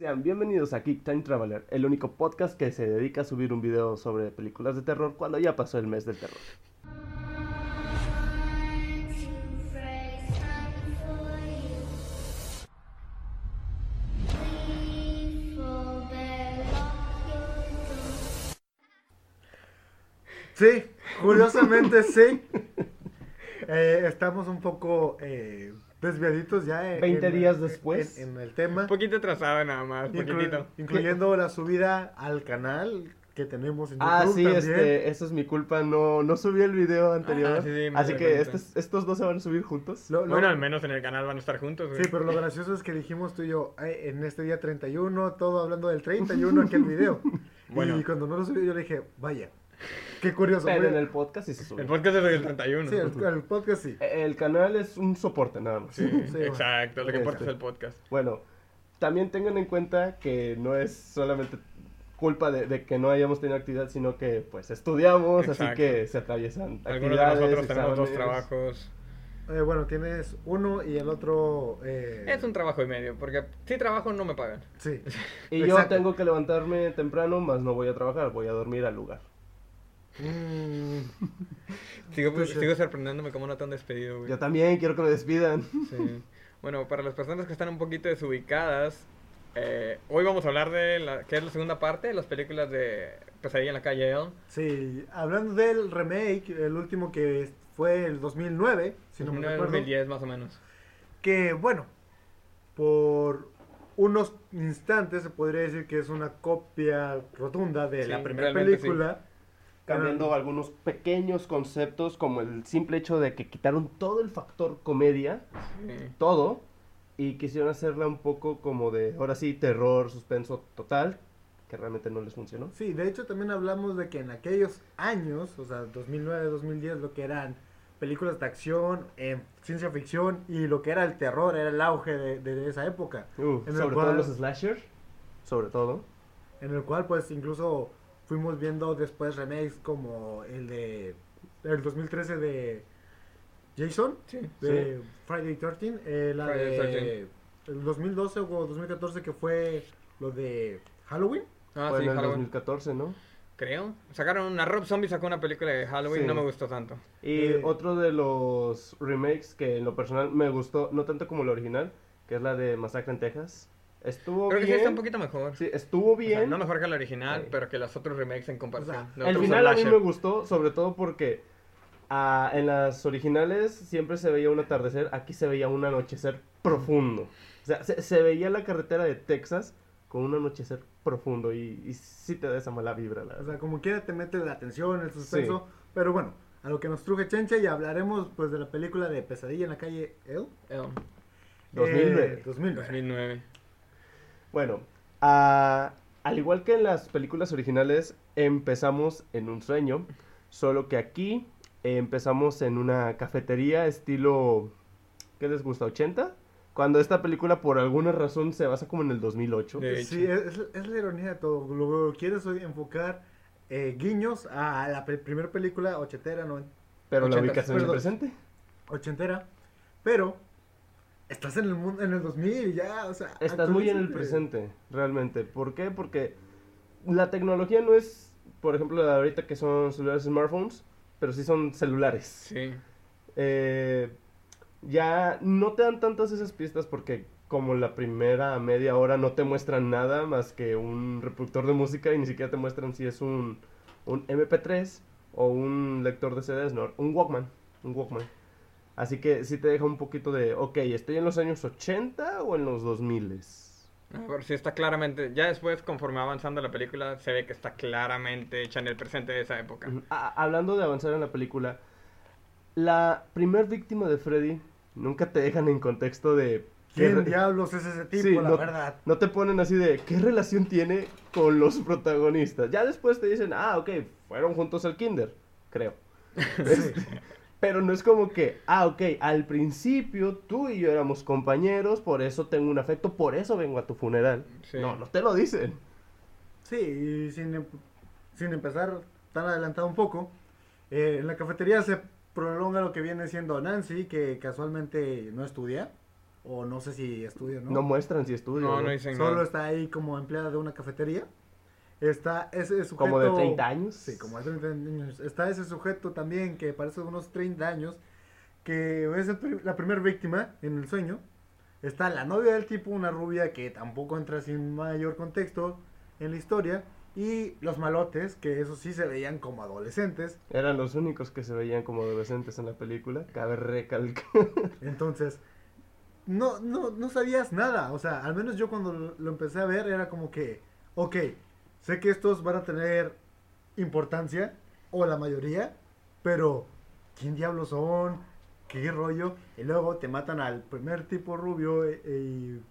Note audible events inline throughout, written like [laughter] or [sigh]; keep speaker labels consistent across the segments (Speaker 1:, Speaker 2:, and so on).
Speaker 1: Sean bienvenidos a Kick Time Traveler, el único podcast que se dedica a subir un video sobre películas de terror cuando ya pasó el mes del terror. [laughs]
Speaker 2: Sí, curiosamente sí. Eh, estamos un poco eh, desviaditos ya. en-
Speaker 1: 20
Speaker 2: en-
Speaker 1: días después.
Speaker 2: En, en el tema.
Speaker 3: Un poquito atrasado nada más,
Speaker 2: Inclu-
Speaker 3: poquitito.
Speaker 2: incluyendo la subida al canal que tenemos en YouTube
Speaker 1: Ah, sí,
Speaker 2: también.
Speaker 1: este, eso es mi culpa, no, no subí el video anterior.
Speaker 3: Ah, sí, sí, me
Speaker 1: así
Speaker 3: doy
Speaker 1: que
Speaker 3: cuenta.
Speaker 1: estos, estos dos se van a subir juntos.
Speaker 2: Lo- lo-
Speaker 3: Bueno, al menos en el canal van a estar juntos. güey.
Speaker 2: Sí, pues. pero lo gracioso es que dijimos tú y yo, "Ay, en este día 31, todo hablando del 31, aquel
Speaker 1: [laughs]
Speaker 2: video.
Speaker 3: Bueno.
Speaker 2: Y cuando no lo subí, yo le dije, vaya, qué curioso.
Speaker 1: Pero
Speaker 2: voy
Speaker 1: en
Speaker 2: a-
Speaker 1: el podcast sí se sube.
Speaker 3: pues, El
Speaker 1: El,
Speaker 3: podcast es del 31.
Speaker 2: Sí, el, el podcast sí.
Speaker 1: canal es un soporte nada más.
Speaker 3: Sí,
Speaker 2: sí,
Speaker 3: exacto, lo que importa
Speaker 1: Este.
Speaker 3: es el podcast.
Speaker 1: Bueno, también tengan en cuenta que no es solamente culpa de, de que no hayamos tenido actividad, sino que pues estudiamos, así
Speaker 3: Exacto.
Speaker 1: que se atraviesan
Speaker 3: Algunos de nosotros tenemos dos
Speaker 1: exámenes.
Speaker 3: trabajos.
Speaker 2: Eh, bueno, tienes uno y el otro... eh,
Speaker 3: Es un trabajo y medio, porque si trabajo no me pagan. [laughs]
Speaker 2: Sí.
Speaker 1: Y yo
Speaker 2: Exacto.
Speaker 1: tengo que levantarme temprano, más no voy a trabajar, voy a dormir al lugar.
Speaker 2: Mm,
Speaker 3: Sigo,
Speaker 2: Pues, eh.
Speaker 3: sigo sorprendiéndome cómo no te han despedido, güey.
Speaker 1: Yo también quiero que me despidan.
Speaker 3: Sí. Bueno, para las personas que están un poquito desubicadas, eh, hoy vamos a hablar de la, que es la segunda parte de las películas de Pesadilla en la calle Elm.
Speaker 2: sí, hablando del remake, el último que fue el 2009, si no me
Speaker 3: Una de
Speaker 2: recuerdo.
Speaker 3: 2010 más o menos.
Speaker 2: que bueno, por unos instantes se podría decir que es una copia rotunda de
Speaker 3: Sí,
Speaker 2: la primera
Speaker 3: realmente
Speaker 2: película.
Speaker 1: [laughs] Cambiando
Speaker 2: Pero-
Speaker 1: algunos pequeños conceptos, como el simple hecho de que quitaron todo el factor comedia,
Speaker 3: Sí.
Speaker 1: todo, y quisieron hacerla un poco como de, ahora sí, terror, suspenso total, que realmente no les funcionó.
Speaker 2: Sí, de hecho también hablamos de que en aquellos años, o sea, 2009, 2010, lo que eran películas de acción, eh, ciencia ficción y lo que era el terror, era el auge de, de esa época.
Speaker 1: Uh,
Speaker 2: En el
Speaker 1: sobre todo
Speaker 2: cual-
Speaker 1: los slasher, sobre todo.
Speaker 2: en el cual pues incluso fuimos viendo después remakes como el de el 2013 de Jason
Speaker 3: Sí,
Speaker 2: de Friday 13 eh, la
Speaker 3: Friday
Speaker 2: de el 2012 o 2014 que fue lo de Halloween
Speaker 3: Ah,
Speaker 1: Fue
Speaker 3: sí,
Speaker 1: en el
Speaker 3: Halloween.
Speaker 1: 2014, ¿no?
Speaker 3: Creo. Sacaron una. Rob Zombie sacó una película de Halloween,
Speaker 1: Sí.
Speaker 3: no me gustó tanto.
Speaker 1: Y
Speaker 2: Eh,
Speaker 1: otro de los remakes que en lo personal me gustó, no tanto como el original, que es la de Masacre en Texas. Estuvo
Speaker 3: Creo que sí
Speaker 1: Oh, bien.
Speaker 3: está un poquito mejor.
Speaker 1: Sí, estuvo
Speaker 3: O sea,
Speaker 1: bien.
Speaker 3: no mejor que la original,
Speaker 1: Sí.
Speaker 3: pero que los otros remakes en comparación.
Speaker 2: O sea,
Speaker 3: Los
Speaker 1: El
Speaker 3: otros
Speaker 1: final a mí
Speaker 3: slasher.
Speaker 1: me gustó, sobre todo porque ah, en las originales siempre se veía un atardecer, aquí se veía un anochecer profundo. O sea, se, se veía la carretera de Texas con un anochecer profundo y, y sí te da esa mala vibra, la
Speaker 2: o
Speaker 1: verdad.
Speaker 2: sea como quiera te mete la atención el suspenso pero bueno a lo que nos truje Chencha y hablaremos pues de la película de Pesadilla en la calle Eh, El
Speaker 3: Elm,
Speaker 1: 2009.
Speaker 2: 2009
Speaker 3: 2009.
Speaker 1: Bueno, ah, al igual que en las películas originales, empezamos en un sueño, solo que aquí eh, empezamos en una cafetería estilo, ¿qué les gusta? ¿80? Cuando esta película por alguna razón se basa como en el 2008.
Speaker 3: De- hecho.
Speaker 2: Sí, es, es la ironía de todo. Lo, lo quieres hoy enfocar eh, guiños a la primera película ochentera, no,
Speaker 1: Pero la
Speaker 3: 80s,
Speaker 1: ubicación es
Speaker 2: perdón.
Speaker 1: presente.
Speaker 2: ochentera, pero estás en el mundo en el 2000 ya, o sea,
Speaker 1: Estás muy en el
Speaker 2: actualízate.
Speaker 1: presente, realmente. ¿Por qué? Porque la tecnología no es, por ejemplo, la de ahorita que son celulares smartphones, pero sí son celulares.
Speaker 3: Sí.
Speaker 1: Eh, ya no te dan tantas esas pistas porque como la primera media hora no te muestran nada más que un reproductor de música y ni siquiera te muestran si es un, un MP3 o un lector de CDs, no, un Walkman, un Walkman. Así que sí te deja un poquito de, ok, ¿estoy en los años 80 o en los 2000?
Speaker 3: Ah, Pero sí está claramente. Ya después, conforme va avanzando la película, se ve que está claramente hecha en el presente de esa época.
Speaker 1: Ujú. A- Hablando de avanzar en la película, la primer víctima de Freddy nunca te dejan en contexto de... qué
Speaker 2: ¿Quién
Speaker 1: re-
Speaker 2: diablos es ese tipo,
Speaker 1: Sí,
Speaker 2: la
Speaker 1: no-
Speaker 2: verdad?
Speaker 1: No te ponen así de qué relación tiene con los protagonistas. Ya después te dicen, ah, ok, fueron juntos al kinder,
Speaker 2: [laughs]
Speaker 1: creo.
Speaker 2: Sí.
Speaker 1: Pero no es como que, ah, ok, al principio tú y yo éramos compañeros, por eso tengo un afecto, por eso vengo a tu funeral.
Speaker 3: Sí.
Speaker 1: No, no te lo dicen.
Speaker 2: Sí, y sin, em- sin empezar tan adelantado un poco, eh, en la cafetería se prolonga lo que viene siendo Nancy, que casualmente no estudia, o no sé si estudio, ¿no?
Speaker 1: No muestran si estudio.
Speaker 3: No, no
Speaker 1: ¿no?
Speaker 3: dicen
Speaker 2: Solo
Speaker 3: nada.
Speaker 2: está ahí como empleada de una cafetería. Está ese sujeto.
Speaker 1: Como de 30 años.
Speaker 2: Sí, como de 30 años. Está ese sujeto también que parece de unos 30 años. Que es el pri- la primera víctima en el sueño. Está la novia del tipo, una rubia que tampoco entra sin mayor contexto en la historia. Y los malotes, que eso sí se veían como adolescentes.
Speaker 1: Eran los únicos que se veían como adolescentes en la película. Cabe recalcar.
Speaker 2: Entonces, no, no, no sabías nada. O sea, al menos yo cuando lo, lo empecé a ver era como que, ok, sé que estos van a tener importancia, o la mayoría, pero ¿quién diablos son? ¿Qué rollo? Y luego te matan al primer tipo rubio eh, y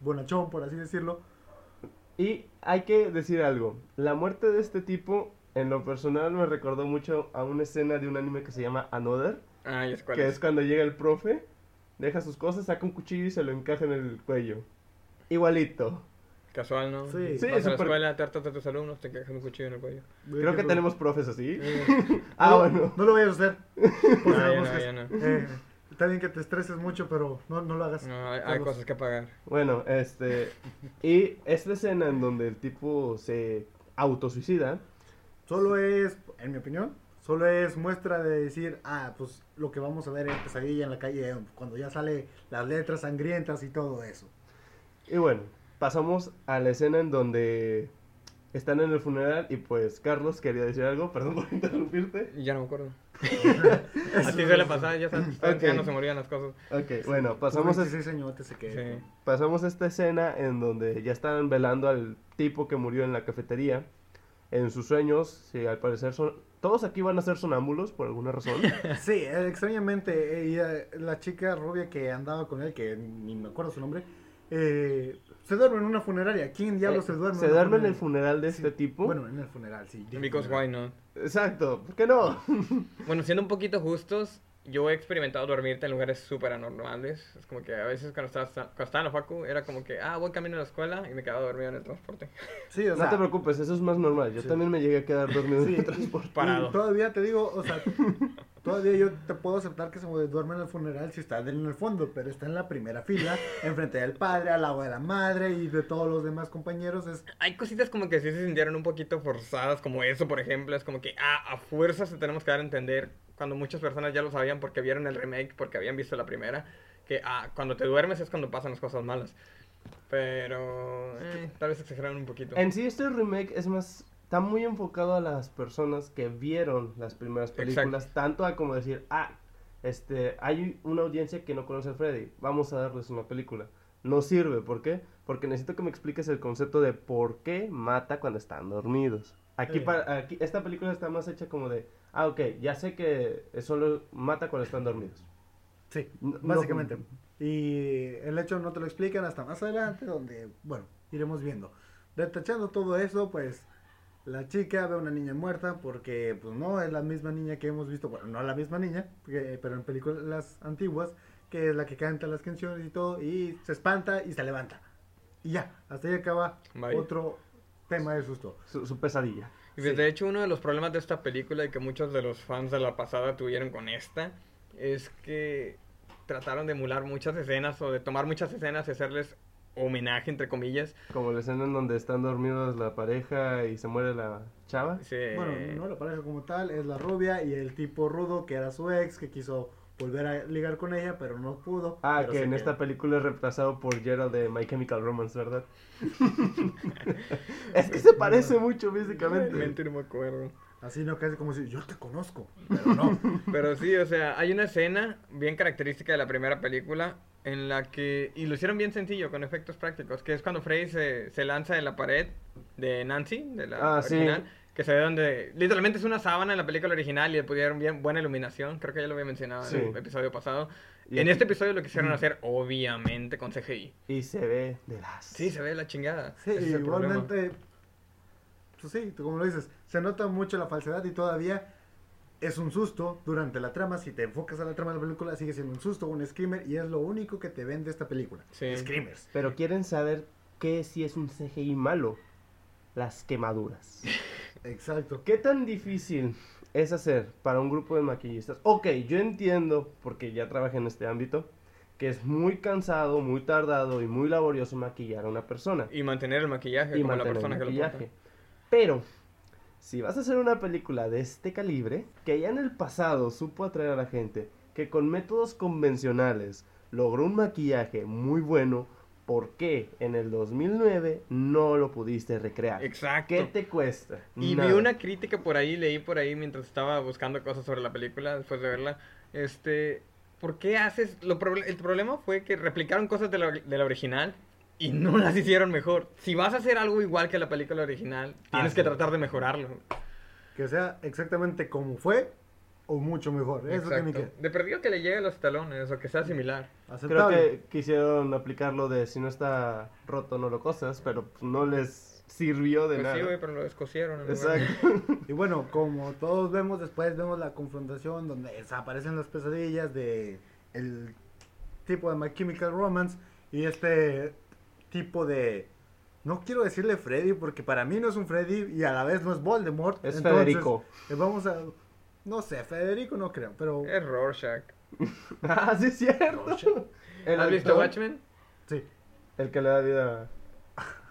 Speaker 2: bonachón, por así decirlo.
Speaker 1: Y hay que decir algo. La muerte de este tipo, en lo personal, me recordó mucho a una escena de un anime que se llama Another.
Speaker 3: Ah, ya sé cuál
Speaker 1: que
Speaker 3: es.
Speaker 1: es cuando llega el profe, deja sus cosas, saca un cuchillo y se lo encaja en el cuello. Igualito.
Speaker 3: Casual, ¿no?
Speaker 2: Sí.
Speaker 1: Sí,
Speaker 3: Vas a la
Speaker 1: súper-
Speaker 3: escuela, te hartas de tus alumnos, te quedas con un cuchillo en el cuello.
Speaker 1: Creo que tenemos profes así.
Speaker 2: Eh,
Speaker 1: [laughs] Ah,
Speaker 2: no,
Speaker 1: bueno.
Speaker 2: No lo vayas a
Speaker 3: [laughs]
Speaker 2: hacer.
Speaker 1: Pues
Speaker 2: Por
Speaker 3: No,
Speaker 2: si las
Speaker 3: Ah, ya no,
Speaker 2: moscas.
Speaker 3: ya no.
Speaker 2: Eh, está bien que te estreses mucho, pero no, no lo hagas.
Speaker 3: No, hay, hay
Speaker 2: Carlos.
Speaker 3: cosas que pagar.
Speaker 1: Bueno, este. Y esta escena en donde el tipo se autosuicida.
Speaker 2: Solo es, en mi opinión, solo es muestra de decir, ah, pues lo que vamos a ver es pesadilla en la calle, cuando ya sale las letras sangrientas y todo eso.
Speaker 1: Y bueno, pasamos a la escena en donde están en el funeral y pues Carlos quería decir algo, [laughs] perdón por interrumpirte.
Speaker 3: Ya no
Speaker 1: [laughs]
Speaker 3: me acuerdo.
Speaker 2: Eso
Speaker 3: Así
Speaker 2: es-
Speaker 3: suele pasar, ya sabes,
Speaker 1: Ok.
Speaker 3: no se morían las cosas.
Speaker 1: Ok, bueno,
Speaker 2: Pues
Speaker 1: pasamos a,
Speaker 2: 26 añotes se quede.
Speaker 3: Sí.
Speaker 1: pasamos a esta escena en donde ya están velando al tipo que murió en la cafetería. En sus sueños, si al parecer son... Todos aquí van a ser sonámbulos por alguna
Speaker 2: [laughs]
Speaker 1: razón.
Speaker 2: Sí, eh, extrañamente, eh, y, eh, la chica rubia que andaba con él, que ni me acuerdo su nombre, eh, se duerme en una funeraria. ¿Quién diablos se duerme?
Speaker 1: Eh, Se
Speaker 2: en una
Speaker 1: duerme en el
Speaker 2: funeraria?
Speaker 1: funeral de
Speaker 2: Sí,
Speaker 1: este tipo.
Speaker 2: Bueno, en el funeral, sí. dije
Speaker 3: Because why
Speaker 2: funeral.
Speaker 3: not.
Speaker 1: Exacto, ¿por qué
Speaker 2: [laughs]
Speaker 1: no?
Speaker 3: Bueno, siendo un poquito justos, yo he experimentado dormirte en lugares súper anormales. Es como que a veces cuando estaba, cuando estaba en la facu, era como que, ah, voy camino a la escuela y me quedaba dormido en el transporte. [laughs]
Speaker 2: Sí, o sea,
Speaker 1: no te preocupes, eso es más normal. Yo
Speaker 2: Sí.
Speaker 1: también me llegué a quedar dormido
Speaker 2: Sí.
Speaker 1: en el transporte.
Speaker 3: Parado.
Speaker 2: Y todavía te digo, o sea, [laughs] todavía yo te puedo aceptar que se duerme en el funeral si está en el fondo, pero está en la primera fila, enfrente del padre, al lado de la madre y de todos los demás compañeros. Es,
Speaker 3: Hay cositas como que sí se sintieron un poquito forzadas, como eso, por ejemplo. Es como que, ah, a fuerzas se tenemos que dar a entender cuando muchas personas ya lo sabían porque vieron el remake, porque habían visto la primera. Que, ah, cuando te duermes es cuando pasan las cosas malas. Pero, eh, tal vez exageraron un poquito.
Speaker 1: En sí, este remake es más. Está muy enfocado a las personas que vieron las primeras películas, tanto a como decir, ah, este, hay una audiencia que no conoce a Freddy, vamos a darles una película. No sirve, ¿por qué? Porque necesito que me expliques el concepto de por qué mata cuando están dormidos. Aquí,
Speaker 2: Eh.
Speaker 1: para, aquí esta película está más hecha como de, ah, ok, ya sé que solo mata cuando están dormidos.
Speaker 2: sí,
Speaker 1: No-
Speaker 2: básicamente.
Speaker 1: no-
Speaker 2: Y el hecho no te lo explican hasta más adelante, donde, bueno, iremos viendo. Detachando todo eso, pues la chica ve a una niña muerta porque, pues no, es la misma niña que hemos visto, bueno, no la misma niña, porque- pero en películas antiguas, que es la que canta las canciones y todo, y se espanta y se levanta. Y ya, hasta ahí acaba
Speaker 3: Bye.
Speaker 2: otro tema de susto.
Speaker 1: Su, su pesadilla.
Speaker 3: Y
Speaker 2: Sí.
Speaker 3: pues, de hecho uno de los problemas de esta película y que muchos de los fans de la pasada tuvieron con esta es que trataron de emular muchas escenas o de tomar muchas escenas y hacerles homenaje entre comillas.
Speaker 1: Como la escena en donde están dormidos la pareja y se muere la chava.
Speaker 3: Se-
Speaker 2: Bueno,
Speaker 3: [laughs]
Speaker 2: no la pareja como tal, es la rubia y el tipo rudo que era su ex, que quiso volver a ligar con ella, pero no pudo.
Speaker 1: Ah,
Speaker 2: pero
Speaker 1: que
Speaker 2: se
Speaker 1: en
Speaker 2: quedó.
Speaker 1: esta película es reemplazado por Gerald de My Chemical Romance,
Speaker 3: [laughs]
Speaker 1: ¿verdad? es que se parece mucho físicamente.
Speaker 3: Realmente no me acuerdo.
Speaker 2: Así no casi como si yo te conozco, pero [laughs] no.
Speaker 3: Pero sí, o sea, hay una escena bien característica de la primera película en la que, y lo hicieron bien sencillo, con efectos prácticos, que es cuando Freddy se, se lanza de la pared de Nancy, de la
Speaker 1: Ah, sí.
Speaker 3: original, que se ve donde, literalmente es una sábana en la película original y le pudieron bien buena iluminación, creo que ya lo había mencionado
Speaker 1: Sí.
Speaker 3: en el episodio pasado.
Speaker 1: Y
Speaker 3: en
Speaker 1: aquí- Mm.
Speaker 3: este episodio lo quisieron hacer, obviamente, con CGI.
Speaker 1: Y se ve de las.
Speaker 3: Sí, se ve la chingada.
Speaker 2: Sí,
Speaker 3: Ese es el problema.
Speaker 2: igualmente, pues sí, tú como lo dices, se nota mucho la falsedad y todavía es un susto durante la trama. Si te enfocas a la trama de la película, sigue siendo un susto, un screamer y es lo único que te vende esta película.
Speaker 3: Sí.
Speaker 2: Screamers.
Speaker 1: Pero quieren saber qué si es un CGI malo. Las quemaduras.
Speaker 2: Exacto.
Speaker 1: ¿Qué tan difícil es hacer para un grupo de maquillistas? Ok, yo entiendo, porque ya trabajé en este ámbito, que es muy cansado, muy tardado y muy laborioso maquillar a una persona.
Speaker 3: Y mantener el maquillaje
Speaker 1: Y
Speaker 3: como la
Speaker 1: mantener el
Speaker 3: persona que lo
Speaker 1: maquillaje.
Speaker 3: porta.
Speaker 1: Pero, si vas a hacer una película de este calibre, que ya en el pasado supo atraer a la gente, que con métodos convencionales logró un maquillaje muy bueno, ¿por qué en el 2009 no lo pudiste recrear?
Speaker 3: Exacto.
Speaker 1: ¿Qué te cuesta?
Speaker 3: Y vi
Speaker 1: Nada.
Speaker 3: una crítica por ahí, leí por ahí mientras estaba buscando cosas sobre la película, después de verla. Este, ¿por qué haces? Lo proble- el problema fue que replicaron cosas de la, de la original y no las hicieron mejor. Si vas a hacer algo igual que la película original, tienes que
Speaker 1: Hazlo.
Speaker 3: tratar de mejorarlo.
Speaker 2: Que sea exactamente como fue o mucho mejor. Eso que me
Speaker 3: Exacto.
Speaker 2: queda.
Speaker 3: De perdido que le llegue a los talones o que sea similar.
Speaker 1: Creo
Speaker 2: Aceptable.
Speaker 1: que quisieron aplicarlo de si no está roto no lo cosas, pero no les sirvió de
Speaker 3: Pues sí,
Speaker 1: nada.
Speaker 3: güey, pero lo escocieron. en lugar de-
Speaker 1: Exacto. [laughs]
Speaker 2: Y bueno, como todos vemos, después vemos la confrontación donde desaparecen las pesadillas de el tipo de My Chemical Romance y este tipo de no quiero decirle Freddy porque para mí no es un Freddy y a la vez no es Voldemort.
Speaker 1: Es
Speaker 2: Entonces,
Speaker 1: Federico. [laughs]
Speaker 2: eh, Vamos a no sé, Federico no creo, pero
Speaker 1: Eh,
Speaker 3: Es Rorschach.
Speaker 1: ah, sí es cierto. El
Speaker 3: ¿Has visto
Speaker 1: actor,
Speaker 3: Watchmen?
Speaker 2: sí.
Speaker 1: El que le da vida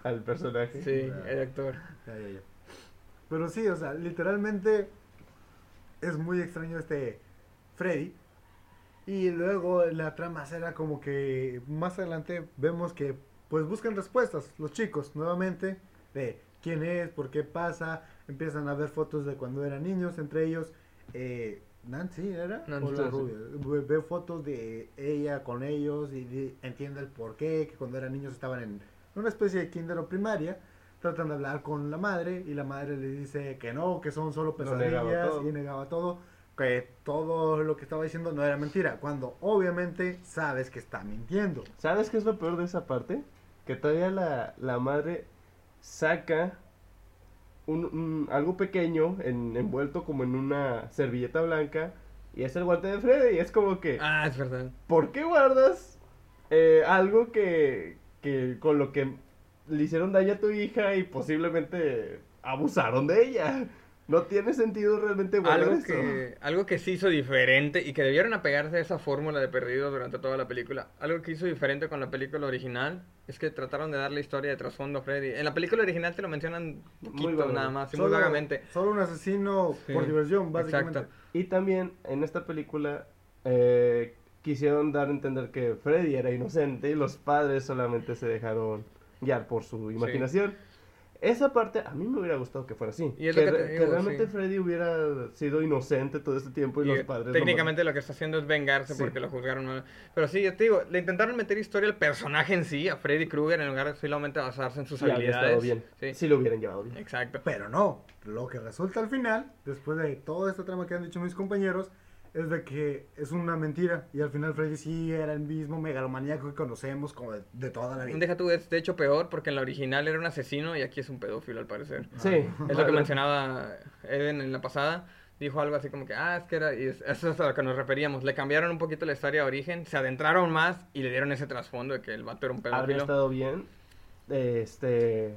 Speaker 1: al personaje.
Speaker 3: Sí, el actor.
Speaker 2: Ya, ya, ya. Pero sí, o sea, literalmente es muy extraño este Freddy. Y luego la trama será como que más adelante vemos que pues buscan respuestas los chicos nuevamente de quién es, por qué pasa, empiezan a ver fotos de cuando eran niños, entre ellos eh, Nancy era o
Speaker 3: Nancy,
Speaker 2: la
Speaker 3: Nancy.
Speaker 2: rubia. Ve- ve fotos de ella con ellos y di- entiende el por qué, que cuando eran niños estaban en una especie de kinder o primaria tratan de hablar con la madre y la madre le dice que no, que son solo
Speaker 1: Lo negaba
Speaker 2: pesadillas
Speaker 1: todo.
Speaker 2: y negaba todo, que todo lo que estaba diciendo no era mentira, cuando obviamente sabes que está mintiendo.
Speaker 1: ¿Sabes qué es lo peor de esa parte? Que todavía la, la madre saca un, un- algo pequeño en- envuelto como en una servilleta blanca y es el guante de Freddy y es como que...
Speaker 3: Ah, es verdad.
Speaker 1: ¿Por qué guardas eh, algo que, que con lo que le hicieron daño a tu hija y posiblemente abusaron de ella? No tiene sentido realmente guardar
Speaker 3: Algo
Speaker 1: eso.
Speaker 3: que, algo que se hizo diferente y que debieron apegarse a esa fórmula de perdido durante toda la película. Algo que hizo diferente con la película original es que trataron de darle historia de trasfondo a Freddy. En la película original te lo mencionan poquito
Speaker 1: vagamente.
Speaker 3: nada más, y muy vagamente.
Speaker 2: Solo un asesino
Speaker 3: Sí,
Speaker 2: por diversión, básicamente.
Speaker 3: exacto.
Speaker 1: Y también en esta película eh, quisieron dar a entender que Freddy era inocente y los padres solamente se dejaron guiar por su imaginación. Esa parte a mí me hubiera gustado que fuera así.
Speaker 3: Y es
Speaker 1: que,
Speaker 3: lo que te
Speaker 1: re- que
Speaker 3: digo, sí.
Speaker 1: realmente Freddy hubiera sido inocente todo este tiempo y,
Speaker 3: Y,
Speaker 1: los
Speaker 3: eh,
Speaker 1: padres... nomás-
Speaker 3: técnicamente lo que está haciendo es vengarse
Speaker 1: Sí.
Speaker 3: porque lo juzgaron mal. Pero sí, yo te digo, le intentaron meter historia al personaje en sí, a Freddy Krueger, en lugar de solamente basarse en sus
Speaker 1: Sí, habría
Speaker 3: habilidades.
Speaker 1: estado bien.
Speaker 3: Sí,
Speaker 1: Si lo hubieran llevado bien.
Speaker 3: exacto.
Speaker 2: Pero no, lo que resulta al final, después de toda esta trama que han dicho mis compañeros, es de que es una mentira y al final Freddy sí era el mismo megalomaníaco que conocemos como de, de toda la vida.
Speaker 3: Deja tú, es de hecho peor porque en la original era un asesino y aquí es un pedófilo al parecer.
Speaker 1: Sí,
Speaker 3: Es lo que mencionaba Eden en la pasada. Dijo algo así como que, ah, es que era. Y es- eso es a lo que nos referíamos. Le cambiaron un poquito la historia de origen, se adentraron más y le dieron ese trasfondo de que el vato era un
Speaker 1: Habría
Speaker 3: pedófilo.
Speaker 1: estado bien. Este.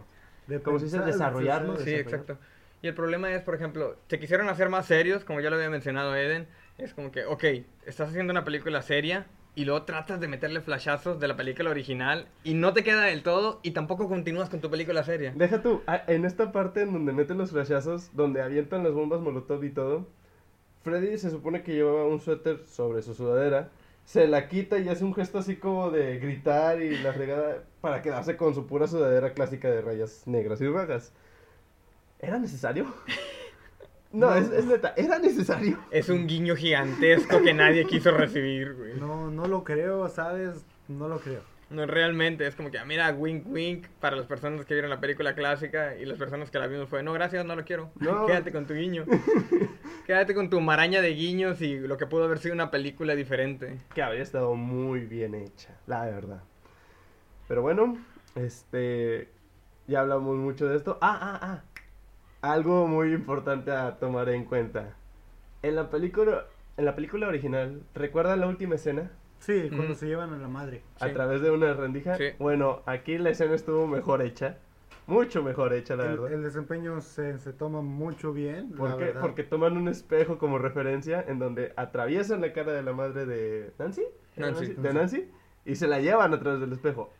Speaker 2: De
Speaker 1: ¿Cómo se dice?
Speaker 2: pensar,
Speaker 1: Desarrollarlo.
Speaker 2: pensar.
Speaker 3: Sí, exacto. Y el problema es, por ejemplo, se quisieron hacer más serios, como ya lo había mencionado Eden. Es como que, ok, estás haciendo una película seria y luego tratas de meterle flashazos de la película original y no te queda del todo y tampoco continúas con tu película seria.
Speaker 1: Deja tú, a- en esta parte en donde meten los flashazos, donde avientan las bombas molotov y todo, Freddy se supone que llevaba un suéter sobre su sudadera, se la quita y hace un gesto así como de gritar y la regada para quedarse con su pura sudadera clásica de rayas negras y ragas. ¿Era necesario? [laughs] No,
Speaker 2: No.
Speaker 1: Es, es neta, ¿era necesario?
Speaker 3: Es un guiño gigantesco que nadie quiso recibir, güey.
Speaker 2: No, no lo creo, ¿sabes? No lo creo.
Speaker 3: No, realmente, es como que, ah, mira, wink wink para las personas que vieron la película clásica y las personas que la vimos fue, no, gracias, no lo quiero.
Speaker 1: No.
Speaker 3: [laughs] Quédate con
Speaker 1: [laughs]
Speaker 3: tu guiño. Quédate con tu maraña de guiños y lo que pudo haber sido una película diferente.
Speaker 1: que habría estado muy bien hecha, la verdad. Pero bueno, este ya hablamos mucho de esto. Ah, ah, ah. Algo muy importante a tomar en cuenta. En la película en la película original, ¿recuerdan la última escena?
Speaker 2: Sí, cuando
Speaker 3: Ujú.
Speaker 2: se llevan a la madre.
Speaker 1: A
Speaker 3: Sí.
Speaker 1: través de una rendija.
Speaker 3: Sí.
Speaker 1: Bueno, aquí la escena estuvo mejor hecha. Mucho mejor hecha, la
Speaker 2: El,
Speaker 1: verdad.
Speaker 2: el desempeño se, se toma mucho bien.
Speaker 1: ¿Por
Speaker 2: la
Speaker 1: qué?
Speaker 2: verdad.
Speaker 1: Porque toman un espejo como referencia en donde atraviesan la cara de la madre de Nancy. ¿Era
Speaker 3: Nancy.
Speaker 1: De Nancy. y se la llevan a través del espejo.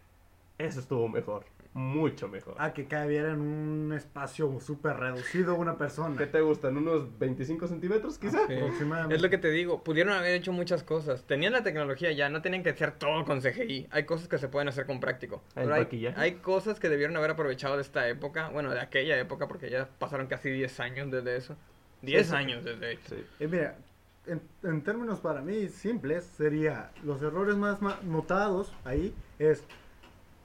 Speaker 1: Eso estuvo mejor, mucho mejor.
Speaker 2: Ah, que cabiera en un espacio súper reducido una
Speaker 1: ¿Qué
Speaker 2: persona.
Speaker 1: te gustan? ¿Unos 25 centímetros quizá?
Speaker 3: Ah, Sí.
Speaker 1: Ah,
Speaker 2: Aproximadamente.
Speaker 3: Es lo que te digo, pudieron haber hecho muchas cosas. Tenían la tecnología ya, no tenían que hacer todo con CGI. Hay cosas que se pueden hacer con práctico.
Speaker 1: Ah, el
Speaker 3: Pero hay,
Speaker 1: maquillaje.
Speaker 3: hay cosas que debieron haber aprovechado de esta época, bueno, de aquella época, porque ya pasaron casi 10 años desde eso. 10
Speaker 1: sí.
Speaker 3: años desde hecho.
Speaker 1: Sí.
Speaker 2: Eh, mira, en, en términos para mí simples, sería los errores más ma- notados ahí es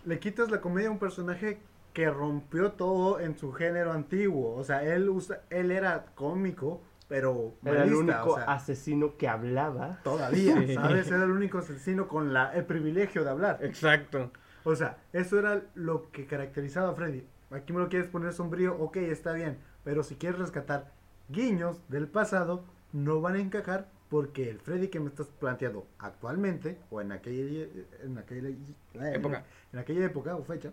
Speaker 2: le quitas la comedia a un personaje que rompió todo en su género antiguo. O sea, él usa, él era cómico, pero
Speaker 1: Era el
Speaker 2: malista,
Speaker 1: único
Speaker 2: o sea,
Speaker 1: asesino que hablaba.
Speaker 2: todavía,
Speaker 3: Sí.
Speaker 2: ¿sabes? Era el único asesino con la, el privilegio de hablar.
Speaker 3: Exacto.
Speaker 2: O sea, eso era lo que caracterizaba a Freddy. Aquí me lo quieres poner sombrío, ok, está bien. Pero si quieres rescatar guiños del pasado, no van a encajar porque el Freddy que me estás planteando actualmente, o en aquella, en aquella
Speaker 3: Época.
Speaker 2: en aquella época o fecha,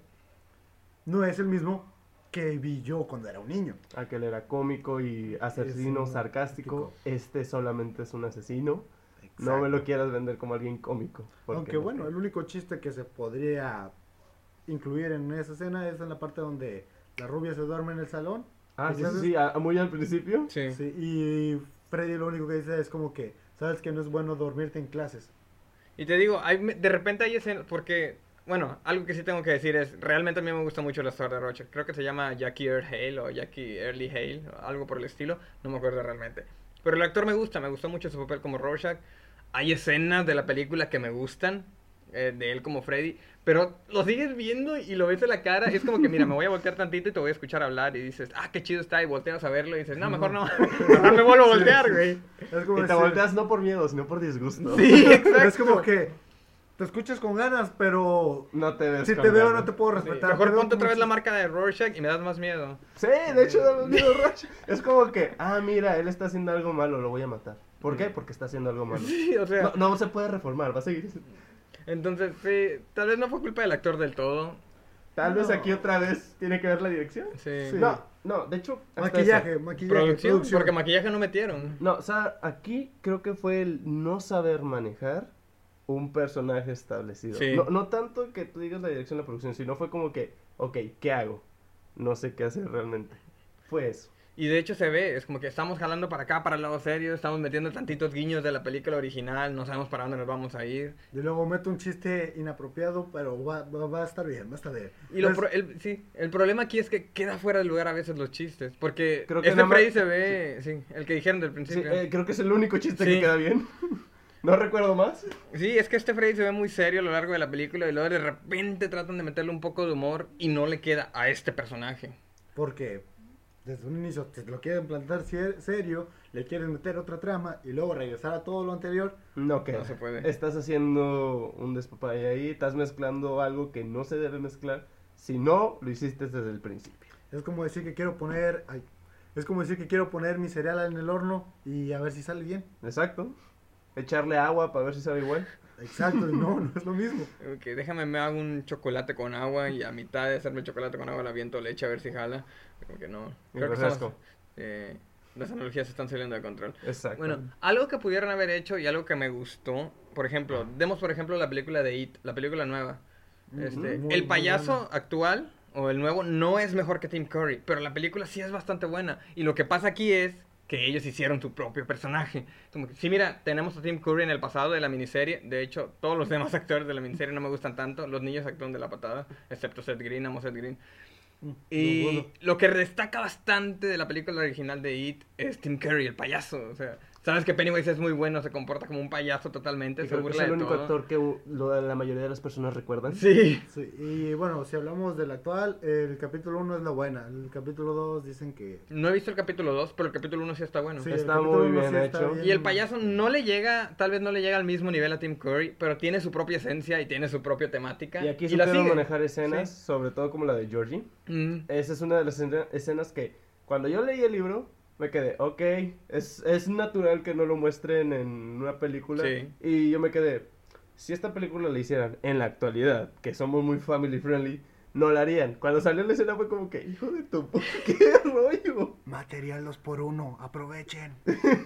Speaker 2: no es el mismo que vi yo cuando era un niño.
Speaker 1: Aquel era cómico y asesino
Speaker 2: Es un-
Speaker 1: sarcástico. Este solamente es un asesino. No
Speaker 2: Exacto.
Speaker 1: me lo quieras vender como alguien cómico. porque
Speaker 2: Aunque
Speaker 1: no
Speaker 2: bueno,
Speaker 1: creo.
Speaker 2: el único chiste que se podría incluir en esa escena es en la parte donde la rubia se duerme en el salón
Speaker 1: Ah, sí, sí,
Speaker 2: entonces-
Speaker 1: sí, a- muy al principio.
Speaker 3: Sí.
Speaker 2: Sí, y Freddy lo único que dice es como que, sabes que no es bueno dormirte en clases.
Speaker 3: Y te digo, hay, de repente hay escenas, porque, bueno, algo que sí tengo que decir es, realmente a mí me gusta mucho la historia de Roger. Creo que se llama Jackie Earl Hale o Jackie Early Hale, o algo por el estilo, no me acuerdo realmente. Pero el actor me gusta, me gustó mucho su papel como Rorschach. Hay escenas de la película que me gustan, eh, de él como Freddy, pero lo sigues viendo y lo ves en la cara, y es como que, mira, me voy a voltear tantito y te voy a escuchar hablar, y dices, ah, qué chido está, y volteas a verlo, y dices, no, mejor no, [laughs] mejor me vuelvo a voltear, güey.
Speaker 2: Es como,
Speaker 1: Y te
Speaker 2: decir- [laughs]
Speaker 1: volteas no por miedo, sino por disgusto.
Speaker 3: Sí, exacto.
Speaker 2: es como que te escuchas con ganas, pero
Speaker 1: No te ves
Speaker 2: si
Speaker 1: con
Speaker 2: te veo
Speaker 1: ganas.
Speaker 2: no te puedo
Speaker 3: Sí,
Speaker 2: respetar. Te
Speaker 3: Mejor
Speaker 2: veo
Speaker 3: ponte otra
Speaker 2: como
Speaker 3: vez la
Speaker 2: si-
Speaker 3: marca de Rorschach y me das más miedo.
Speaker 1: Sí, de hecho, da [laughs] miedo Rush. Es como que, ah, mira, él está haciendo algo malo, lo voy a matar. ¿Por qué? Porque está haciendo algo [laughs] malo.
Speaker 3: [laughs] Sí, o sea,
Speaker 1: No, no se puede reformar, va a seguir.
Speaker 3: entonces, sí, tal vez no fue culpa del actor del todo.
Speaker 1: Tal vez
Speaker 2: No.
Speaker 1: aquí otra vez tiene que ver la dirección.
Speaker 3: Sí.
Speaker 2: Sí.
Speaker 1: No, no, de hecho. hasta
Speaker 2: Maquillaje,
Speaker 1: eso.
Speaker 2: maquillaje,
Speaker 3: Producción,
Speaker 2: producción.
Speaker 3: porque maquillaje no metieron.
Speaker 1: No, o sea, aquí creo que fue el no saber manejar un personaje establecido.
Speaker 3: Sí.
Speaker 1: No, no tanto que tú digas la dirección de la producción, sino fue como que, ok, ¿qué hago? No sé qué hacer realmente. Fue eso.
Speaker 3: Y de hecho se ve, es como que estamos jalando para acá, para el lado serio, estamos metiendo tantitos guiños de la película original, no sabemos para dónde nos vamos a ir.
Speaker 2: Y luego meto un chiste inapropiado, pero va, va, va a estar bien, va a estar bien.
Speaker 3: Y lo
Speaker 1: Pues
Speaker 2: Es-
Speaker 3: pro- el, sí, el problema aquí es que queda fuera de lugar a veces los chistes, porque
Speaker 1: Creo que
Speaker 3: este
Speaker 1: nada más-
Speaker 3: Freddy se ve, sí. el que dijeron del
Speaker 1: Sí,
Speaker 3: principio.
Speaker 1: eh, creo que es el único chiste
Speaker 3: Sí.
Speaker 1: que queda bien. [laughs] no recuerdo más.
Speaker 3: Sí, es que este Freddy se ve muy serio a lo largo de la película y luego de repente tratan de meterle un poco de humor y no le queda a este personaje.
Speaker 2: Porque desde un inicio te lo quieren plantar cier- serio, le quieren meter otra trama y luego regresar a todo lo anterior.
Speaker 1: No queda.
Speaker 3: No se puede.
Speaker 1: Estás haciendo un despapalle ahí, estás mezclando algo que no se debe mezclar. Si no, lo hiciste desde el principio.
Speaker 2: Es como decir que quiero poner. ay, es como decir que quiero poner mi cereal en el horno y a ver si sale bien.
Speaker 1: Exacto. Echarle agua para ver si sabe igual.
Speaker 2: Exacto,
Speaker 1: [laughs]
Speaker 2: y no, no es lo mismo.
Speaker 3: Ok, déjame, me hago un chocolate con agua y a mitad de hacerme el chocolate con agua le aviento leche a ver si jala. Como que no.
Speaker 1: Y
Speaker 3: Creo que
Speaker 1: refresco.
Speaker 3: estamos- eh, las analogías se están saliendo de control.
Speaker 1: Exacto.
Speaker 3: Bueno, algo que pudieron haber hecho y algo que me gustó, por ejemplo, demos por ejemplo la película de It, la película nueva. Este,
Speaker 2: Muy, muy
Speaker 3: el payaso
Speaker 2: buena.
Speaker 3: actual o el nuevo no es mejor que Tim Curry, pero la película sí es bastante buena. Y lo que pasa aquí es que ellos hicieron su propio personaje. Como que, sí, mira, tenemos a Tim Curry en el pasado de la miniserie. De hecho, todos los demás [laughs] actores de la miniserie no me gustan tanto. Los niños actúan de la patada, excepto Seth Green, amo Seth Green.
Speaker 2: Mm,
Speaker 3: Y
Speaker 2: Ninguno.
Speaker 3: lo que destaca bastante de la película original de It es Tim Curry, el payaso. O sea, sabes que Pennywise es muy bueno, se comporta como un payaso totalmente,
Speaker 1: Y
Speaker 3: se
Speaker 1: creo que es
Speaker 3: burla
Speaker 1: el
Speaker 3: de
Speaker 1: único
Speaker 3: todo.
Speaker 1: actor que u- lo- la mayoría de las personas recuerdan.
Speaker 3: Sí.
Speaker 2: Sí, y bueno, si hablamos del actual, el capítulo 1 es la buena. El capítulo 2 dicen que.
Speaker 3: No he visto el capítulo 2, pero el capítulo 1 sí está bueno.
Speaker 2: sí, el
Speaker 1: está
Speaker 2: capítulo
Speaker 1: muy
Speaker 2: uno
Speaker 1: bien hecho.
Speaker 3: Y el payaso no le llega, tal vez no le llega al mismo nivel a Tim Curry, pero tiene su propia esencia y tiene su propia temática.
Speaker 1: Y aquí
Speaker 3: la
Speaker 1: supieron
Speaker 3: sigue.
Speaker 1: manejar escenas, sobre todo como la de Georgie.
Speaker 3: Mm.
Speaker 1: Esa es una de las escena- escenas que cuando yo leí el libro me quedé, ok, es, es natural que no lo muestren en una película.
Speaker 3: Sí.
Speaker 1: Y yo me quedé, si esta película la hicieran en la actualidad, que somos muy family friendly, no la harían. Cuando salió la escena fue como que, hijo de tu puta, [laughs] qué rollo.
Speaker 2: Material 2 por 1
Speaker 1: [laughs]
Speaker 2: aprovechen.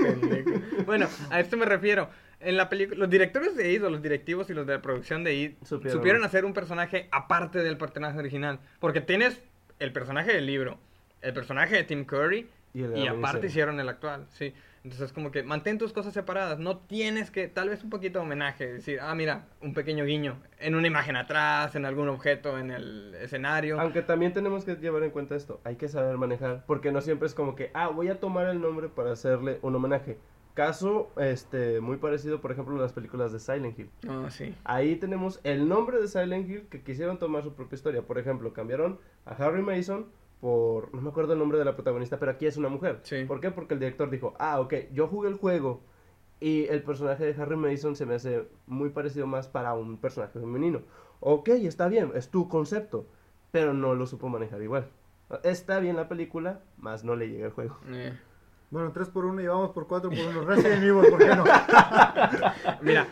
Speaker 3: Pendejo. bueno, a esto me refiero. En la película, los directores de It, o los directivos y los de la producción de It,
Speaker 1: Supieron.
Speaker 3: supieron, hacer un personaje aparte del personaje original. Porque tienes el personaje del libro, el personaje de Tim Curry,
Speaker 1: Y el de
Speaker 3: y,
Speaker 1: la
Speaker 3: aparte
Speaker 1: miniserie.
Speaker 3: hicieron el actual, sí. Entonces, como que mantén tus cosas separadas. No tienes que, tal vez un poquito de homenaje, decir, ah, mira, un pequeño guiño en una imagen atrás, en algún objeto, en el escenario.
Speaker 1: Aunque también tenemos que llevar en cuenta esto, hay que saber manejar, porque no siempre es como que, ah, voy a tomar el nombre para hacerle un homenaje. Caso, este, muy parecido, por ejemplo, a las películas de Silent Hill.
Speaker 3: Ah, sí.
Speaker 1: Ahí tenemos el nombre de Silent Hill que quisieron tomar su propia historia. Por ejemplo, cambiaron a Harry Mason por. No me acuerdo el nombre de la protagonista, pero aquí es una mujer.
Speaker 3: Sí.
Speaker 1: ¿Por qué? Porque el director dijo: Ah, ok, yo jugué el juego y el personaje de Harry Mason se me hace muy parecido más para un personaje femenino. Ok, está bien, es tu concepto, pero no lo supo manejar igual. Está bien la película, más no le llega el juego.
Speaker 3: Eh.
Speaker 2: Bueno, 3 por 1 y vamos por 4 por 1. Resident Evil, ¿por
Speaker 1: [laughs]
Speaker 2: qué no?
Speaker 3: Mira.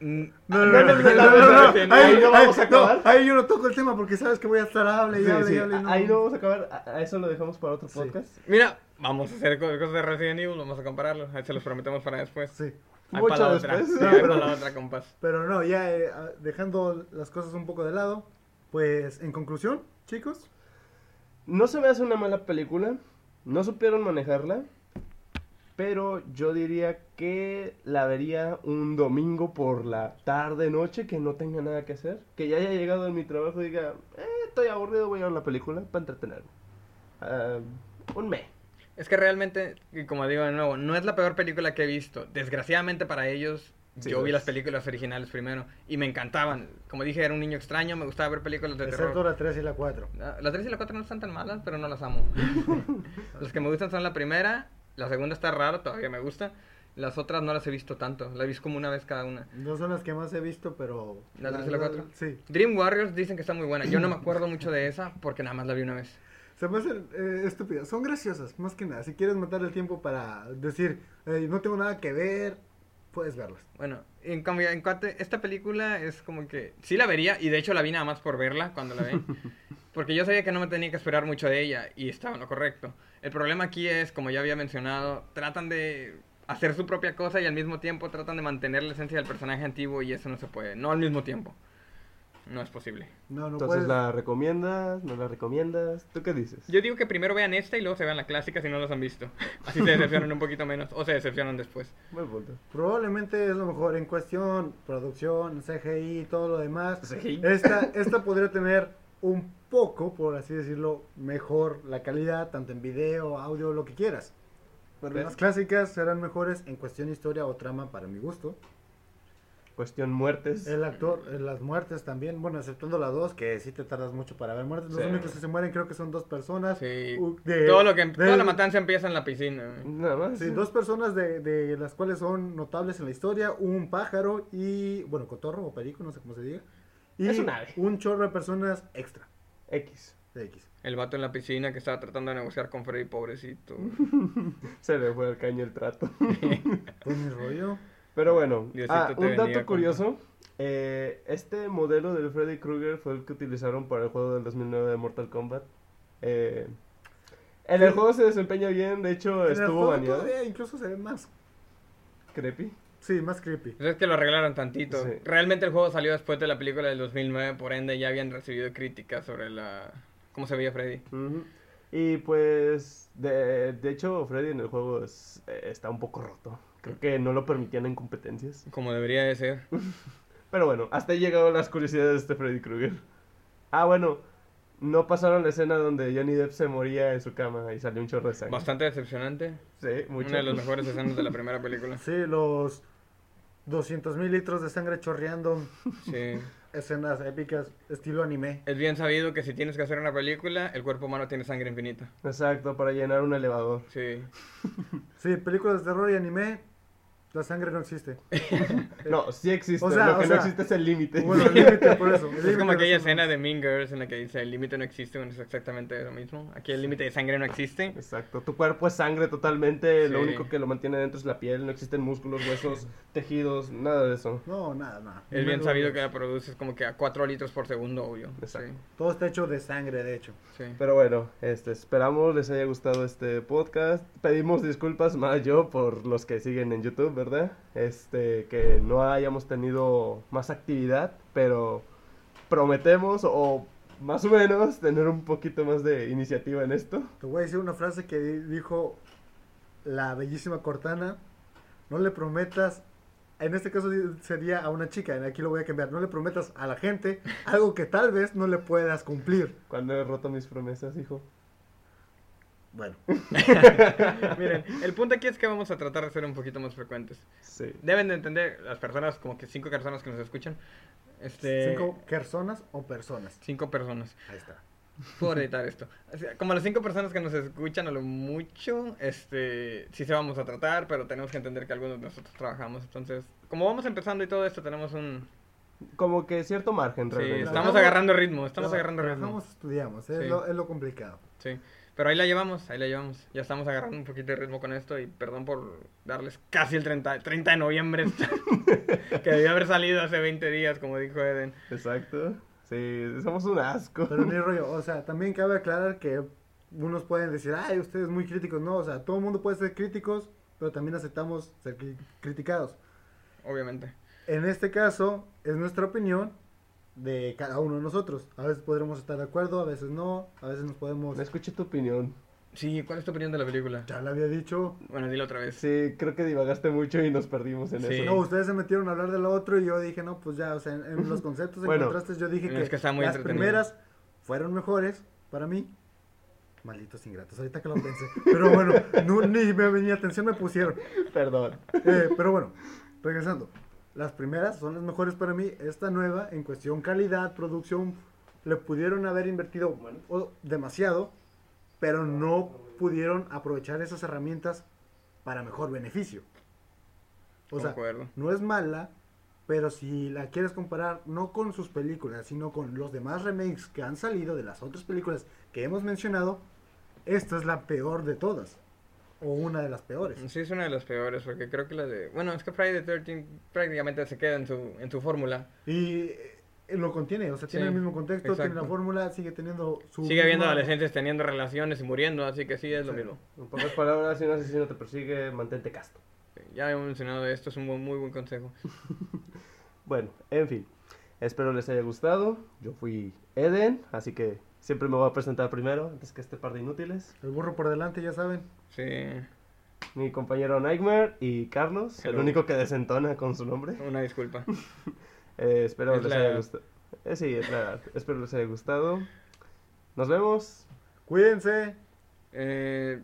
Speaker 3: mm,
Speaker 2: No, no, no, no, no, no,
Speaker 1: Ahí
Speaker 2: no, ahí-
Speaker 1: no vamos a
Speaker 2: ahí- no,
Speaker 1: acabar.
Speaker 2: Ahí yo no toco el tema porque sabes que voy a estar hable y
Speaker 1: Sí,
Speaker 2: hable
Speaker 1: sí,
Speaker 2: y hable. y no.
Speaker 1: Ahí no vamos a acabar, a- a eso lo dejamos para otro
Speaker 2: Sí.
Speaker 1: podcast.
Speaker 3: Mira, vamos a hacer co- cosas de Resident Evil, vamos a compararlo. Ahí se los prometemos para después.
Speaker 2: Sí.
Speaker 3: Ahí
Speaker 1: Mucho
Speaker 3: para la otra.
Speaker 1: después.
Speaker 3: Sí, ahí para la otra, compás.
Speaker 2: Pero no, ya eh, ah, dejando las cosas un poco de lado, pues en conclusión, chicos,
Speaker 1: No se me hace una mala película. No supieron manejarla. Pero yo diría que la vería un domingo por la tarde, noche, que no tenga nada que hacer. Que ya haya llegado en mi trabajo y diga, "Eh, estoy aburrido, voy a ver la película para entretenerme. Ah, un mes.
Speaker 3: Es que realmente, y como digo de nuevo, no es la peor película que he visto. Desgraciadamente para ellos,
Speaker 1: Sí,
Speaker 3: yo vi
Speaker 1: es.
Speaker 3: las películas originales primero y me encantaban. Como dije, era un niño extraño, me gustaba ver películas de
Speaker 2: excepto
Speaker 3: terror.
Speaker 2: la 3 y la 4.
Speaker 3: Ah, Las 3 y la 4 no están tan malas, pero no las
Speaker 1: [laughs]
Speaker 3: amo. las que me gustan son la primera, la segunda está rara, todavía me gusta. Las otras no las he visto tanto, las he visto como una vez cada una.
Speaker 2: No son las que más he visto, pero...
Speaker 3: ¿La tres y la cuatro?
Speaker 2: Sí.
Speaker 3: Dream Warriors dicen que está muy buena. Yo no me acuerdo mucho de esa porque nada más la vi una vez.
Speaker 2: Se me hacen eh, estúpidas. Son graciosas, más que nada. Si quieres matar el tiempo para decir, eh, no tengo nada que ver, puedes verlas.
Speaker 3: Bueno, en cambio, en cuanto esta película es como que sí la vería y de hecho la vi nada más por verla cuando la vi. Porque yo sabía que no me tenía que esperar mucho de ella y estaba en lo correcto. El problema aquí es, como ya había mencionado, tratan de hacer su propia cosa y al mismo tiempo tratan de mantener la esencia del personaje antiguo y eso no se puede. No al mismo tiempo. No es posible.
Speaker 2: No, no
Speaker 1: Entonces,
Speaker 2: puedes.
Speaker 1: ¿la recomiendas? ¿No la recomiendas? ¿Tú qué dices?
Speaker 3: Yo digo que primero vean esta y luego se vean la clásica si no las han visto. [laughs] Así se decepcionan un poquito menos o se decepcionan después.
Speaker 1: Buen punto.
Speaker 2: Probablemente es lo mejor en cuestión, producción, CGI y todo lo
Speaker 3: [laughs]
Speaker 2: demás.
Speaker 1: CGI.
Speaker 2: Esta, esta podría tener un poco, por así decirlo, mejor la calidad, tanto en video, audio, lo que quieras. Pero
Speaker 1: Pero-
Speaker 2: las clásicas serán mejores en cuestión historia o trama para mi gusto.
Speaker 1: Cuestión muertes.
Speaker 2: El actor, eh, las muertes también, bueno, exceptuando las dos, que sí te tardas mucho para ver muertes. Los
Speaker 3: Sí.
Speaker 2: únicos que se mueren creo que son dos personas.
Speaker 3: Sí.
Speaker 2: u- de-
Speaker 3: Todo lo que, toda
Speaker 2: de-
Speaker 3: la matanza empieza en la piscina.
Speaker 1: Nada más.
Speaker 2: Sí, dos personas de, de las cuales son notables en la historia, un pájaro y, bueno, cotorro o perico, no sé cómo se diga. Y
Speaker 1: Es un ave.
Speaker 2: un chorro de personas extra
Speaker 1: X.
Speaker 2: de X.
Speaker 3: El vato en la piscina que estaba tratando de negociar con Freddy, pobrecito.
Speaker 1: Se le fue al caño el trato.
Speaker 2: Fue Pues, mi rollo.
Speaker 1: Pero bueno,
Speaker 3: Diosito
Speaker 1: ah,
Speaker 3: te
Speaker 1: un
Speaker 3: bendiga,
Speaker 1: dato
Speaker 3: compa.
Speaker 1: curioso. eh, este modelo del Freddy Krueger fue el que utilizaron para el juego del 2009 de Mortal Kombat. Eh, en el
Speaker 2: Sí.
Speaker 1: juego se desempeña bien, de hecho
Speaker 2: En el
Speaker 1: estuvo
Speaker 2: juego
Speaker 1: baneado.
Speaker 2: todavía incluso se ve más,
Speaker 1: Creepy.
Speaker 2: sí, más creepy.
Speaker 3: Pues es que lo arreglaron tantito.
Speaker 1: Sí.
Speaker 3: Realmente el juego salió después de la película del 2009, por ende ya habían recibido críticas sobre la cómo se veía Freddy.
Speaker 1: Ujú. Y pues, de, de hecho, Freddy en el juego es- eh, está un poco roto. Creo que no lo permitían en competencias.
Speaker 3: Como debería de ser.
Speaker 1: Pero bueno, hasta ahí llegaron las curiosidades de este Freddy Krueger. Ah, bueno, no pasaron la escena donde Johnny Depp se moría en su cama y salió un chorro de sangre.
Speaker 3: Bastante decepcionante.
Speaker 1: Sí, mucho.
Speaker 3: Una de las mejores escenas de la
Speaker 2: [laughs]
Speaker 3: primera película.
Speaker 2: Sí, los 200 mil litros de sangre chorreando,
Speaker 3: Sí.
Speaker 2: escenas épicas, estilo anime.
Speaker 3: Es bien sabido que si tienes que hacer una película, el cuerpo humano tiene sangre infinita.
Speaker 1: Exacto, para llenar un elevador.
Speaker 3: Sí.
Speaker 2: Sí, películas de terror y anime, La sangre no
Speaker 3: [laughs]
Speaker 2: existe.
Speaker 1: No, sí existe.
Speaker 2: O sea,
Speaker 1: lo que
Speaker 2: o
Speaker 1: no
Speaker 2: sea,
Speaker 1: existe es el límite.
Speaker 2: Bueno, [laughs] el límite por eso. el
Speaker 3: Es
Speaker 2: límite
Speaker 3: como
Speaker 2: de
Speaker 3: aquella
Speaker 2: nosotros.
Speaker 3: escena de Mean Girls en la que dice el límite no existe, bueno, es exactamente lo mismo. Aquí el límite de sangre no existe.
Speaker 1: Exacto. Tu cuerpo es sangre totalmente. Lo
Speaker 3: Sí.
Speaker 1: único que lo mantiene dentro es la piel. No existen músculos, huesos, tejidos, nada de eso.
Speaker 2: No, nada, nada.
Speaker 3: Es bien
Speaker 2: Menos-
Speaker 3: sabido que la produces como que a 4 litros por segundo, obvio.
Speaker 1: Exacto.
Speaker 2: Todo está hecho de sangre, de hecho.
Speaker 3: Sí, sí.
Speaker 1: Pero bueno, este, esperamos les haya gustado este podcast. Pedimos disculpas más yo por los que siguen en YouTube, ¿verdad? Este, que no hayamos tenido más actividad, pero prometemos o más o menos tener un poquito más de iniciativa en esto.
Speaker 2: Te voy a decir una frase que di- dijo la bellísima Cortana. No le prometas, en este caso di- sería a una chica, en aquí lo voy a cambiar. No le prometas a la gente algo que tal vez no le puedas cumplir.
Speaker 1: Cuando he roto mis promesas, hijo.
Speaker 2: Bueno,
Speaker 3: Miren, el punto aquí es que vamos a tratar de ser un poquito más frecuentes.
Speaker 1: Sí.
Speaker 3: Deben de entender las personas, como que cinco personas que nos escuchan. Este,
Speaker 2: cinco personas o personas.
Speaker 3: cinco personas.
Speaker 2: Ahí está.
Speaker 3: Puedo editar esto. O sea, Como las cinco personas que nos escuchan a lo mucho, este, sí se vamos a tratar, pero tenemos que entender que algunos de nosotros trabajamos. Entonces, como vamos empezando y todo esto, tenemos un...
Speaker 1: Como que cierto margen,
Speaker 3: Sí,
Speaker 1: realmente.
Speaker 3: estamos
Speaker 2: Trabajamos-
Speaker 3: agarrando ritmo, estamos
Speaker 2: Tra-
Speaker 3: agarrando ritmo.
Speaker 2: trabajamos, estudiamos, ¿eh? es,
Speaker 3: Sí.
Speaker 2: lo, es lo complicado.
Speaker 3: Sí, pero ahí la llevamos, ahí la llevamos. Ya estamos agarrando un poquito de ritmo con esto y perdón por darles casi el 30, 30
Speaker 2: [laughs]
Speaker 3: de noviembre, que debió haber salido hace 20 días, como dijo Eden.
Speaker 1: Exacto. Sí, somos un asco.
Speaker 2: Pero ni rollo, o sea, también cabe aclarar que unos pueden decir, ay, ustedes muy críticos. No, o sea, todo el mundo puede ser críticos, pero también aceptamos ser cri- criticados.
Speaker 3: Obviamente.
Speaker 2: En este caso, es nuestra opinión de cada uno de nosotros. A veces podremos estar de acuerdo, a veces no, a veces nos podemos...
Speaker 1: No escuché tu opinión.
Speaker 3: Sí, ¿cuál es tu opinión de la película?
Speaker 2: Ya lo había dicho.
Speaker 3: Bueno, dilo otra vez.
Speaker 1: Sí, creo que divagaste mucho y nos perdimos en
Speaker 3: Sí.
Speaker 1: eso.
Speaker 2: No, ustedes se metieron a hablar de lo otro y yo dije, no, pues ya, o sea, en, en los conceptos en
Speaker 1: Bueno,
Speaker 2: contrastes yo dije
Speaker 3: es
Speaker 2: que,
Speaker 3: que está muy
Speaker 2: las
Speaker 3: entretenido.
Speaker 2: primeras fueron mejores para mí. Malditos ingratos, ahorita que lo pensé. Pero bueno, no, ni, me, ni atención me pusieron.
Speaker 1: Perdón.
Speaker 2: Eh, pero bueno, regresando. Las primeras son las mejores para mí. Esta nueva, en cuestión calidad, producción, le pudieron haber invertido o- demasiado, pero no pudieron aprovechar esas herramientas para mejor beneficio. O sea,
Speaker 3: Concuerdo.
Speaker 2: no es mala, pero si la quieres comparar no con sus películas, sino con los demás remakes que han salido de las otras películas que hemos mencionado, esta es la peor de todas. O una de las peores.
Speaker 3: Sí, es una de las peores, porque creo que la de... Bueno, es que Friday the 13 prácticamente se queda en su, en su fórmula.
Speaker 2: Y eh, lo contiene, o sea, tiene
Speaker 3: Sí,
Speaker 2: el mismo contexto, tiene la
Speaker 3: exacto.
Speaker 2: fórmula, sigue teniendo su.
Speaker 3: Sigue habiendo
Speaker 2: misma-
Speaker 3: adolescentes teniendo relaciones y muriendo, así que sí, es lo
Speaker 2: Sí.
Speaker 3: mismo.
Speaker 1: En pocas palabras, si un asesino te persigue, mantente casto.
Speaker 3: Ya hemos mencionado esto, es un buen- muy buen consejo.
Speaker 1: Bueno, en fin. Espero les haya gustado. Yo fui Eden, así que siempre me voy a presentar primero, antes que este par de inútiles.
Speaker 2: El burro por delante, ya saben.
Speaker 3: Sí,
Speaker 1: Mi compañero Nightmare y Carlos, el
Speaker 3: Hello.
Speaker 1: único que desentona con su nombre.
Speaker 3: una disculpa.
Speaker 1: Eh, espero
Speaker 3: Es
Speaker 1: les
Speaker 3: la
Speaker 1: haya
Speaker 3: edad.
Speaker 1: gustado. sí, es la edad. espero les haya gustado. Nos vemos.
Speaker 2: Cuídense.
Speaker 3: Eh,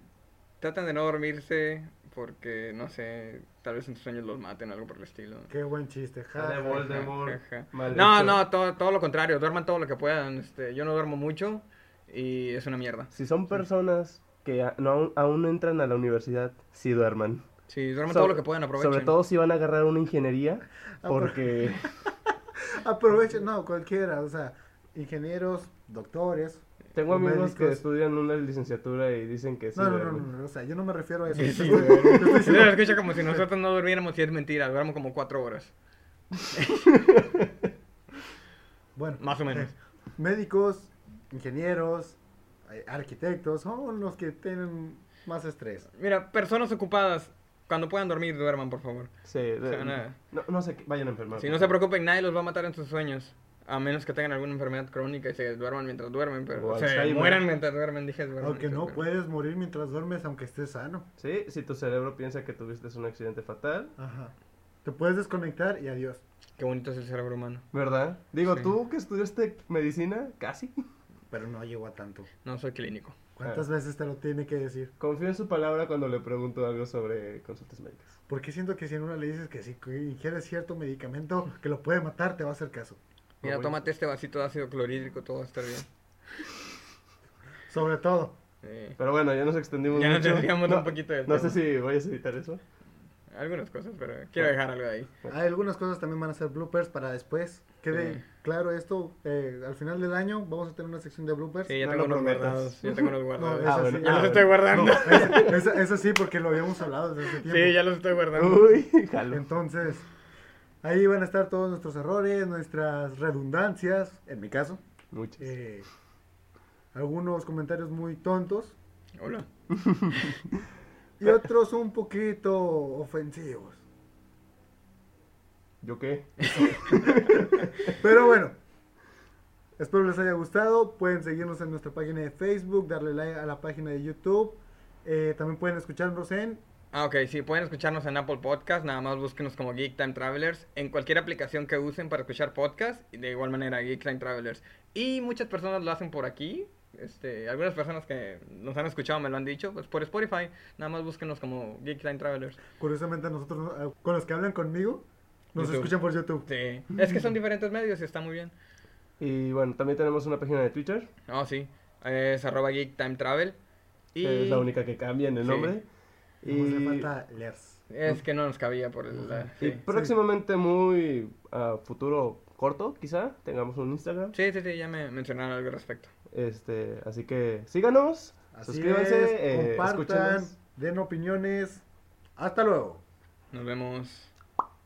Speaker 3: tratan de no dormirse porque, no sé, tal vez en sus sueños los maten o algo por el estilo.
Speaker 2: Qué buen chiste, ja,
Speaker 1: Dale,
Speaker 2: ja,
Speaker 1: bol.
Speaker 2: ja.
Speaker 1: Voldemort,
Speaker 3: Ajá.
Speaker 1: mal
Speaker 3: No,
Speaker 1: hecho.
Speaker 3: no, todo, todo lo contrario, duerman todo lo que puedan. Este, yo no duermo mucho y es una mierda.
Speaker 1: Si son personas que a- no, aún no entran a la universidad, sí duerman.
Speaker 3: Sí, duerman
Speaker 1: Sobre-
Speaker 3: todo lo que puedan, aprovechen. Ah,
Speaker 1: Sobre todo si van a agarrar una ingeniería, porque...
Speaker 2: Aprovechen, no, cualquiera, o sea, ingenieros, doctores.
Speaker 1: [laughs] Tengo amigos que
Speaker 2: Médicos.
Speaker 1: estudian una licenciatura y dicen que sí.
Speaker 2: No, no, no,
Speaker 1: duermen.
Speaker 2: no, no, o sea, yo no me refiero a eso.
Speaker 3: [laughs]
Speaker 1: [laughs]
Speaker 3: Sí, sí,
Speaker 2: [laughs] Yo
Speaker 3: güey.
Speaker 2: estoy diciendo-
Speaker 3: Se lo escucha como si nosotros no durmiéramos y es mentira, duermo como cuatro horas,
Speaker 2: Bueno, eh,
Speaker 3: más o menos.
Speaker 2: médicos, ingenieros, eh, arquitectos, son los que tienen más estrés.
Speaker 3: Mira, personas ocupadas, cuando puedan dormir, duerman, por favor.
Speaker 1: Sí, de-
Speaker 3: sea, nada.
Speaker 1: no, no sé, qué- vayan a enfermar.
Speaker 3: Si no se preocupen, nadie los va a matar en sus sueños. A menos que tengan alguna enfermedad crónica y se duerman mientras duermen, pero
Speaker 1: O
Speaker 3: se
Speaker 1: Alzheimer.
Speaker 3: mueran mientras duermen, dije duerman.
Speaker 2: Aunque
Speaker 3: mientras
Speaker 2: no
Speaker 3: duermen.
Speaker 2: puedes morir mientras duermes, aunque estés sano.
Speaker 1: Sí, si tu cerebro piensa que tuviste un accidente fatal,
Speaker 2: Ajá. Te puedes desconectar y adiós.
Speaker 3: Qué bonito es el cerebro humano.
Speaker 1: ¿verdad? Digo,
Speaker 3: Sí.
Speaker 1: tú que estudiaste medicina, casi.
Speaker 2: Pero no llegó a tanto.
Speaker 3: No soy clínico.
Speaker 1: Ah,
Speaker 2: ¿Cuántas veces te lo tiene que decir?
Speaker 1: Confío en su palabra cuando le pregunto algo sobre consultas médicas.
Speaker 2: Porque siento que si en una le dices que si ingieres cierto medicamento que lo puede matar, te va a hacer caso.
Speaker 3: Mira,
Speaker 1: Uy.
Speaker 3: tómate este vasito de ácido clorhídrico, todo va a estar bien.
Speaker 2: Sobre todo.
Speaker 3: Eh,
Speaker 1: Pero bueno, ya nos extendimos
Speaker 3: Ya nos
Speaker 1: mucho.
Speaker 3: desviamos
Speaker 1: no,
Speaker 3: un poquito del
Speaker 1: No
Speaker 3: tema.
Speaker 1: sé si voy a editar eso.
Speaker 3: algunas cosas, pero quiero
Speaker 1: Ah.
Speaker 3: dejar algo ahí.
Speaker 2: Hay algunas cosas también van a ser bloopers para después. Quede
Speaker 3: Pues Sí.
Speaker 2: claro esto. eh, al final del año vamos a tener una sección de bloopers.
Speaker 3: Sí, ya
Speaker 1: No
Speaker 3: tengo
Speaker 1: lo
Speaker 3: unos
Speaker 1: prometas.
Speaker 3: guardados. Ya tengo
Speaker 1: [laughs]
Speaker 3: unos guardados.
Speaker 1: Ah,
Speaker 2: esa
Speaker 1: bueno,
Speaker 2: sí.
Speaker 3: ya
Speaker 1: ah,
Speaker 3: los
Speaker 1: bueno.
Speaker 3: estoy [laughs] guardando.
Speaker 1: [laughs]
Speaker 2: No, esa, esa sí, porque lo habíamos hablado desde hace tiempo.
Speaker 3: Sí, ya los estoy guardando.
Speaker 1: Uy, [laughs] jalo.
Speaker 2: Entonces, ahí van a estar todos nuestros errores, nuestras redundancias, en mi caso.
Speaker 1: Muchas.
Speaker 2: eh, algunos comentarios muy tontos
Speaker 3: Hola.
Speaker 2: y otros un poquito ofensivos.
Speaker 1: ¿Yo qué?
Speaker 2: Pero bueno, espero les haya gustado. Pueden seguirnos en nuestra página de Facebook, darle like a la página de YouTube. Eh, también pueden escucharnos en
Speaker 3: Ah, ok, sí, pueden escucharnos en Apple Podcast, nada más búsquenos como Geek Time Travelers, en cualquier aplicación que usen para escuchar podcast, y de igual manera Geek Time Travelers. Y muchas personas lo hacen por aquí, este, algunas personas que nos han escuchado me lo han dicho, pues por Spotify, nada más búsquenos como Geek Time Travelers.
Speaker 2: Curiosamente nosotros, eh, con los que hablan conmigo, nos
Speaker 3: YouTube.
Speaker 2: escuchan por YouTube.
Speaker 3: Sí, es que son diferentes medios y está muy bien.
Speaker 1: Y bueno, también tenemos una página de Twitter.
Speaker 3: No, sí, es arroba Geek Time Travel. Y
Speaker 1: que es la única que cambia en el
Speaker 3: Sí.
Speaker 1: nombre.
Speaker 2: Nos hace
Speaker 1: Y,
Speaker 2: falta leers.
Speaker 3: es que no nos cabía por el... la-
Speaker 1: y
Speaker 3: sí.
Speaker 1: próximamente, muy a futuro corto, quizá, tengamos un Instagram.
Speaker 3: sí, sí, sí, ya me mencionaron algo al respecto.
Speaker 1: Este, así que síganos,
Speaker 2: Así
Speaker 1: suscríbanse,
Speaker 2: es,
Speaker 1: eh,
Speaker 2: compartan,
Speaker 1: escúchenos.
Speaker 2: den opiniones. Hasta luego.
Speaker 3: Nos vemos.